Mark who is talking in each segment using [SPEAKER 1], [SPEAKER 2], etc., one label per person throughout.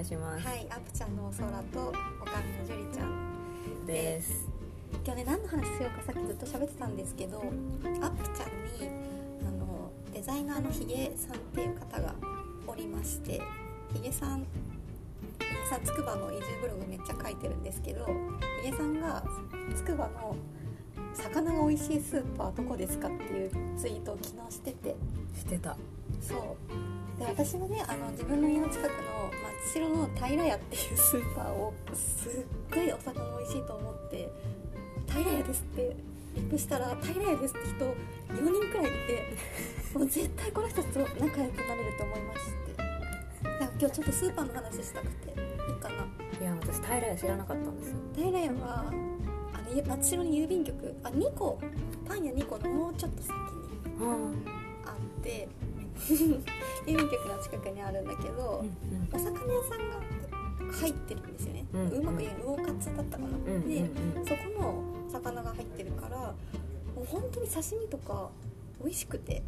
[SPEAKER 1] いします、
[SPEAKER 2] はい、アップちゃんのお空と、おかみのジュリちゃん。
[SPEAKER 1] です
[SPEAKER 2] 今日ね、何の話しようか、さっきずっと喋ってたんですけど、アップちゃんに。あの、デザイナーのヒゲさんっていう方がおりまして。ヒゲさん。ヒゲさん、つくばの移住ブログめっちゃ書いてるんですけど。ヒゲさんが、つくばの。魚が美味しいスーパーどこですかっていうツイートを昨日してて
[SPEAKER 1] してた
[SPEAKER 2] そうで私もねあの自分の家の近くの松代の平屋っていうスーパーをすっごいお魚美味しいと思って「平屋です」ってリップしたら「平屋です」って人4人くらいいてもう絶対この人と仲良くなれると思いましてなんか今日ちょっとスーパーの話したくていいかない
[SPEAKER 1] や私平屋知らなかったんですよ
[SPEAKER 2] 平屋はあの松代に郵便局あ2個パン屋2個のもうちょっと先にあって 郵便局の近くにあるんだけど、お魚屋さんが入ってるんですよね、
[SPEAKER 1] う
[SPEAKER 2] うんまく言う魚カツだったかな、
[SPEAKER 1] うんうん
[SPEAKER 2] で
[SPEAKER 1] う
[SPEAKER 2] そこの魚が入ってるからもう本当に刺身とか美味しくて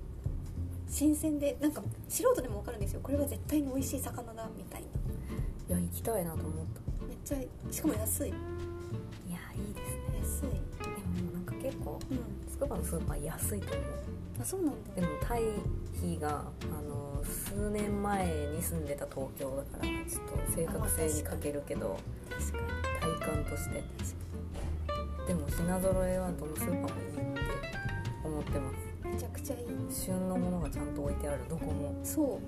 [SPEAKER 2] 新鮮でなんか素人でも分かるんですよこれは絶対に美味しい魚だみたいなん
[SPEAKER 1] いや行きたいなと思った
[SPEAKER 2] めっちゃしかも安い
[SPEAKER 1] いやいいですね
[SPEAKER 2] 安い
[SPEAKER 1] でもなんか結構
[SPEAKER 2] うん
[SPEAKER 1] つくばのスーパー安いと思う
[SPEAKER 2] あそうなん
[SPEAKER 1] で
[SPEAKER 2] だ
[SPEAKER 1] もタイヒがあの数年前に住んでた東京だからちょっと正確性に欠けるけど
[SPEAKER 2] 確かに
[SPEAKER 1] 体感として
[SPEAKER 2] 確
[SPEAKER 1] でも品揃えはどのスーパーもいいって思ってま
[SPEAKER 2] かにめちゃくちゃいい
[SPEAKER 1] す旬のものがちゃんと置いてあるどこも
[SPEAKER 2] そ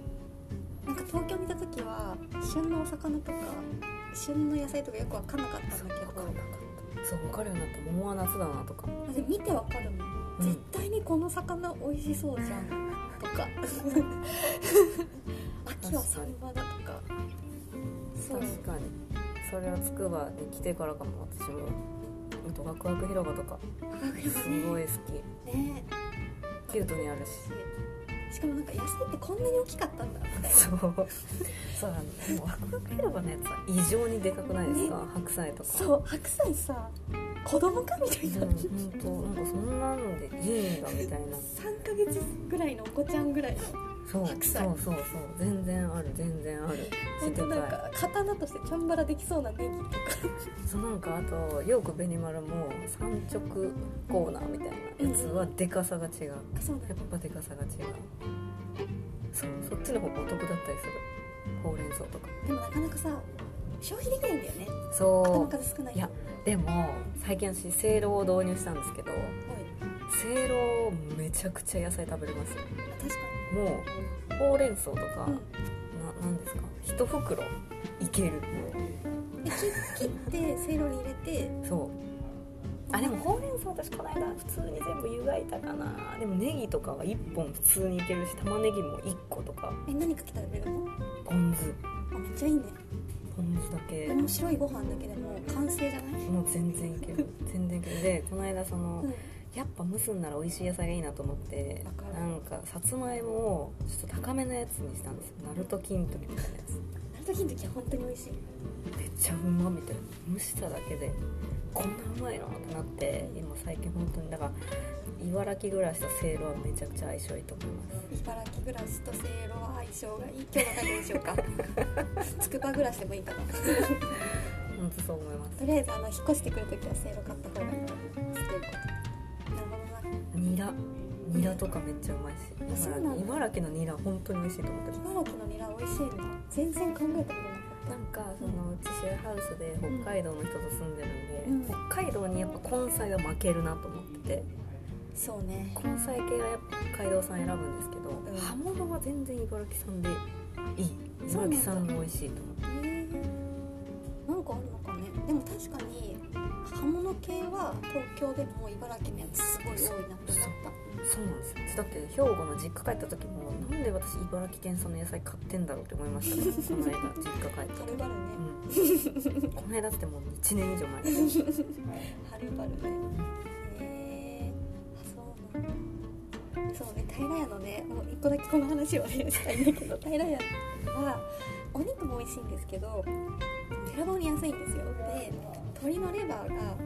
[SPEAKER 2] うなんか東京見た時は旬のお魚とか旬の野菜とかよく分かんなかったんだけ
[SPEAKER 1] 分か
[SPEAKER 2] ど
[SPEAKER 1] んなかったそう分かるようになって桃は夏だなとか
[SPEAKER 2] あでも見てわかるもん、
[SPEAKER 1] うん
[SPEAKER 2] 絶対にこの魚美味しそうじゃんとか 秋はサンマだとかそう
[SPEAKER 1] 確かにそれはつくばに来てからかも私もあとワクワク広場とか
[SPEAKER 2] 赤黒が
[SPEAKER 1] すごい好
[SPEAKER 2] ねね
[SPEAKER 1] きキュートにあるし
[SPEAKER 2] しかもなんか野菜ってこんなに大きかったんだみたいな
[SPEAKER 1] そうそうなのでもワクワク広場のやつは異常にでかくないですか、
[SPEAKER 2] ね
[SPEAKER 1] 白菜とか
[SPEAKER 2] そう白菜さ子供かみたい
[SPEAKER 1] うん
[SPEAKER 2] な、
[SPEAKER 1] 本当なんかそんなのでいいんだみたいな
[SPEAKER 2] 3ヶ月ぐらいのお子ちゃんぐらいの
[SPEAKER 1] そう
[SPEAKER 2] 白菜
[SPEAKER 1] そうそうそう全然ある全然ある
[SPEAKER 2] 本当
[SPEAKER 1] た
[SPEAKER 2] なんか刀としてチャンバラできそうなネギとか
[SPEAKER 1] そうなんかあとヨークベニマルも産直コーナーみたいなやつはでかさが違う、
[SPEAKER 2] あそうなん
[SPEAKER 1] や
[SPEAKER 2] だ
[SPEAKER 1] っぱでかさが違うそうそっちの方がお得だったりするほうれん草とか
[SPEAKER 2] でもなかなかさ消費できないんだよね頭
[SPEAKER 1] そ
[SPEAKER 2] 数少ないう
[SPEAKER 1] いやでも最近私せいろを導入したんですけど
[SPEAKER 2] はい
[SPEAKER 1] せいろめちゃくちゃ野菜食べれますよ
[SPEAKER 2] 確か
[SPEAKER 1] もうほうれん草とか、
[SPEAKER 2] に、うん
[SPEAKER 1] ななんですか一袋いける
[SPEAKER 2] で切切ってせいろに入れて
[SPEAKER 1] そうあでもほうれん草私この間普通に全部湯がいたかなでもネギとかは1本普通にいけるし玉ねぎも1個とか
[SPEAKER 2] え何かけたら入れるの
[SPEAKER 1] ポン酢
[SPEAKER 2] あめっちゃいいね
[SPEAKER 1] ポン酢だけ
[SPEAKER 2] 面白いご飯だけでも完成じゃない、
[SPEAKER 1] もう全然いけ る全然いけるでこの間その
[SPEAKER 2] うん、
[SPEAKER 1] やっぱ蒸すんなら美味しい野菜がいいなと思って
[SPEAKER 2] わかる
[SPEAKER 1] なんかさつまいもをちょっと高めのやつにしたんですよナルト金時みたいなやつ
[SPEAKER 2] ナルトヒントきは本当に美味しい
[SPEAKER 1] めっちゃうまみたいな蒸しただけでこんなうまいのってなって今最近本当にだから茨城暮らしとせいろはめちゃくちゃ相性いいと思います
[SPEAKER 2] 茨城暮らしとせいろは相性がいい今日の回どうしようか つくば暮らしでもいいかなと
[SPEAKER 1] 本当そう思います
[SPEAKER 2] りあえずあの引っ越してくるときはせいろ買った方がいいと思いますということなるほどな
[SPEAKER 1] ニラニラとかめっちゃうまい
[SPEAKER 2] あ
[SPEAKER 1] し
[SPEAKER 2] そう
[SPEAKER 1] 茨
[SPEAKER 2] なんだ
[SPEAKER 1] 城茨城のニラ本当に美味しいと思ってます
[SPEAKER 2] 茨城のニラ美味しいんだ全然考えたこ
[SPEAKER 1] なんかそのうちシェアハウスで北海道の人と住んでるんで、
[SPEAKER 2] うん
[SPEAKER 1] 北海道にやっぱ根菜は負けるなと思ってて
[SPEAKER 2] とそうね
[SPEAKER 1] 根菜系はやっぱ北海道産選ぶんですけど、
[SPEAKER 2] ん
[SPEAKER 1] 葉物は全然茨城産でいい
[SPEAKER 2] そ
[SPEAKER 1] 茨
[SPEAKER 2] うなんだ
[SPEAKER 1] 城産が美味しいと思って
[SPEAKER 2] えーなんかあるのかねでも確かに刃物系は東京でも茨城のやつすごい多いなって思った
[SPEAKER 1] そうなんですよだって兵庫の実家帰った時もなんで私茨城県産の野菜買ってんだろうって思いました ねこの間実家帰って
[SPEAKER 2] は。るばるね
[SPEAKER 1] うん この間ってもう1年以上前です
[SPEAKER 2] はるばるねへえー、あそうなんだそうね平屋のねもう一個だけこの話をねしたいんだけど平屋はお肉も美味しいんですけどべらぼうに安いんですよで鶏のレバーが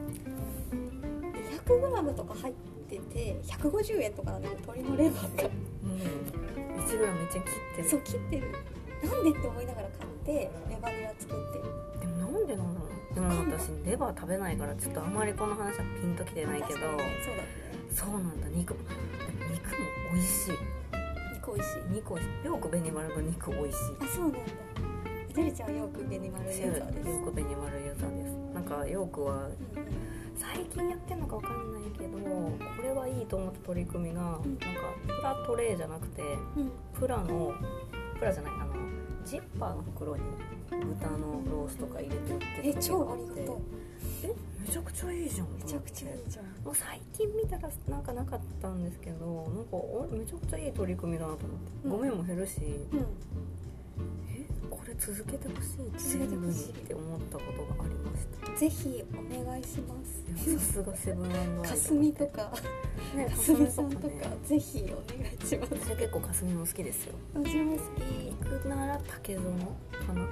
[SPEAKER 2] 200g とか入ってて150円とかなんだけど鶏のレバーが
[SPEAKER 1] もう 1g めっちゃ切ってる
[SPEAKER 2] そう切ってるなんでって思いながら買ってレバニラ作ってる
[SPEAKER 1] でもなんでなんだろうでも私レバー食べないからちょっとあんまりこの話はピンときてないけど
[SPEAKER 2] 確かにそうだね
[SPEAKER 1] そうなんだ肉もでも肉も美味しい
[SPEAKER 2] 肉美味しい
[SPEAKER 1] 肉美味しいよくベニマルが肉美味しい
[SPEAKER 2] あそうなんだてるちゃんはよくベニマルユ
[SPEAKER 1] 私
[SPEAKER 2] ーザ
[SPEAKER 1] は
[SPEAKER 2] ーです
[SPEAKER 1] よくベニマルユーザーですなんかヨークは
[SPEAKER 2] うんうん
[SPEAKER 1] 最近やってんのかわかんないけどこれはいいと思った取り組みがなんか
[SPEAKER 2] ん
[SPEAKER 1] プラトレーじゃなくて
[SPEAKER 2] うん
[SPEAKER 1] プラのプラじゃないあのジッパーの袋に豚のロースとか入れて売って
[SPEAKER 2] え
[SPEAKER 1] る時
[SPEAKER 2] 超
[SPEAKER 1] が
[SPEAKER 2] あ
[SPEAKER 1] っ
[SPEAKER 2] り
[SPEAKER 1] て
[SPEAKER 2] がとう
[SPEAKER 1] めちゃくちゃいいじゃん
[SPEAKER 2] めちゃくちゃいいじゃん
[SPEAKER 1] もう最近見たらなんかなかったんですけどなんかおめちゃくちゃいい取り組みだなと思って、
[SPEAKER 2] うん
[SPEAKER 1] ゴミも減るし
[SPEAKER 2] うん
[SPEAKER 1] えこれ続けてほしい
[SPEAKER 2] 続けてほしい
[SPEAKER 1] 全部にって思ったことがありました
[SPEAKER 2] ぜひお願いします
[SPEAKER 1] いやさすがセブンアイ
[SPEAKER 2] かすみとか
[SPEAKER 1] ね
[SPEAKER 2] かすみさんと
[SPEAKER 1] ね
[SPEAKER 2] かぜひお願いします
[SPEAKER 1] 私は結構かすみも好きですよ
[SPEAKER 2] 私も好き
[SPEAKER 1] 行くなら竹園かな竹園が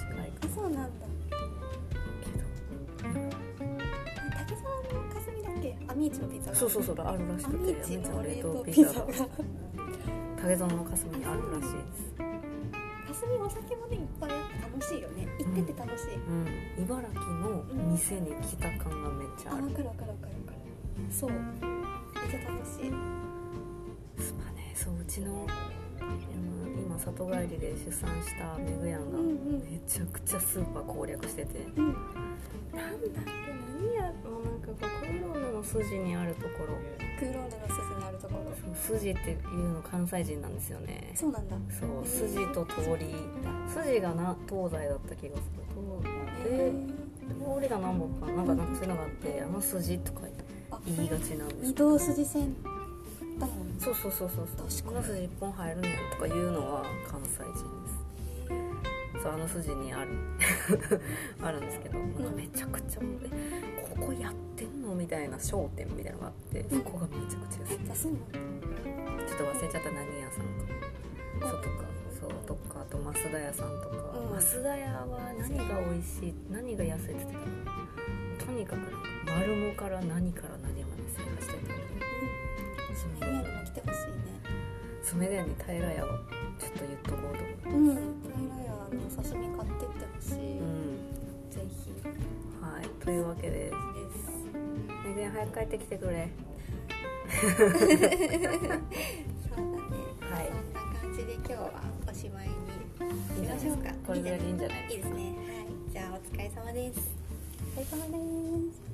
[SPEAKER 1] 近い
[SPEAKER 2] あそうなんだ
[SPEAKER 1] けど
[SPEAKER 2] 竹澤のかすみだっけアミーチのピザが
[SPEAKER 1] そうそうそうあるらし
[SPEAKER 2] ア
[SPEAKER 1] くて
[SPEAKER 2] ミーチ
[SPEAKER 1] めっちゃ
[SPEAKER 2] の
[SPEAKER 1] ん冷
[SPEAKER 2] 冷
[SPEAKER 1] 凍
[SPEAKER 2] 凍
[SPEAKER 1] ピ
[SPEAKER 2] ピ
[SPEAKER 1] ザ
[SPEAKER 2] ザがか
[SPEAKER 1] 竹園のかすみにあるらしいです
[SPEAKER 2] すみお酒もねいっぱいあって楽しいよね行ってて楽しい、
[SPEAKER 1] うん茨城の店に来た感がめっちゃ
[SPEAKER 2] あ
[SPEAKER 1] ある
[SPEAKER 2] 分かる分かる分かる分かるそうめっちゃ楽しい
[SPEAKER 1] スパねそううちのあの今里帰りで出産したメグヤンが
[SPEAKER 2] うんうん
[SPEAKER 1] めちゃくちゃスーパー攻略してて、
[SPEAKER 2] うん
[SPEAKER 1] なんだっけ何やもうなんかこうコイローヌの筋にあるところ
[SPEAKER 2] クーローヌの筋にあるところ
[SPEAKER 1] そう筋っていうの関西人なんですよね
[SPEAKER 2] そうなんだ
[SPEAKER 1] そう筋と通り筋がな東西だった気がすると
[SPEAKER 2] へ
[SPEAKER 1] で
[SPEAKER 2] ー
[SPEAKER 1] 通りが何本かなんかなんかそういうのがあってあの筋とか
[SPEAKER 2] あ
[SPEAKER 1] 言いがちなんです
[SPEAKER 2] 二
[SPEAKER 1] けど
[SPEAKER 2] 等筋線だもんね
[SPEAKER 1] そうそうそうそうそう
[SPEAKER 2] 確かに
[SPEAKER 1] この筋一本入るねんとか言うのは関西人ですそうあの筋にある あるんですけど、なんかめちゃくちゃえここやってんのみたいな商店みたいなのがあってそこがめちゃくちゃ好き
[SPEAKER 2] じゃあそうなんだ
[SPEAKER 1] ちょっと忘れちゃった何屋さんかそうとかそうとかあと増田屋さんとか、
[SPEAKER 2] うん
[SPEAKER 1] 増田屋は何が美味しい何が安いって言ってたのとにかく丸もから何から何まで探してた
[SPEAKER 2] うんシメリアにも来てほしいね
[SPEAKER 1] それでに平屋をちょっと言っとこうと思って
[SPEAKER 2] うん平屋のお刺身買ってってほしい、
[SPEAKER 1] うん
[SPEAKER 2] ぜひで
[SPEAKER 1] はいというわけです全然早く帰ってきてくれ
[SPEAKER 2] そうだ
[SPEAKER 1] は
[SPEAKER 2] ね、
[SPEAKER 1] い
[SPEAKER 2] そんな感じで今日はおしまいにしましょうか
[SPEAKER 1] これぐらいでいいんじゃない
[SPEAKER 2] いいですねはいじゃあお疲れ様ですお疲れ様です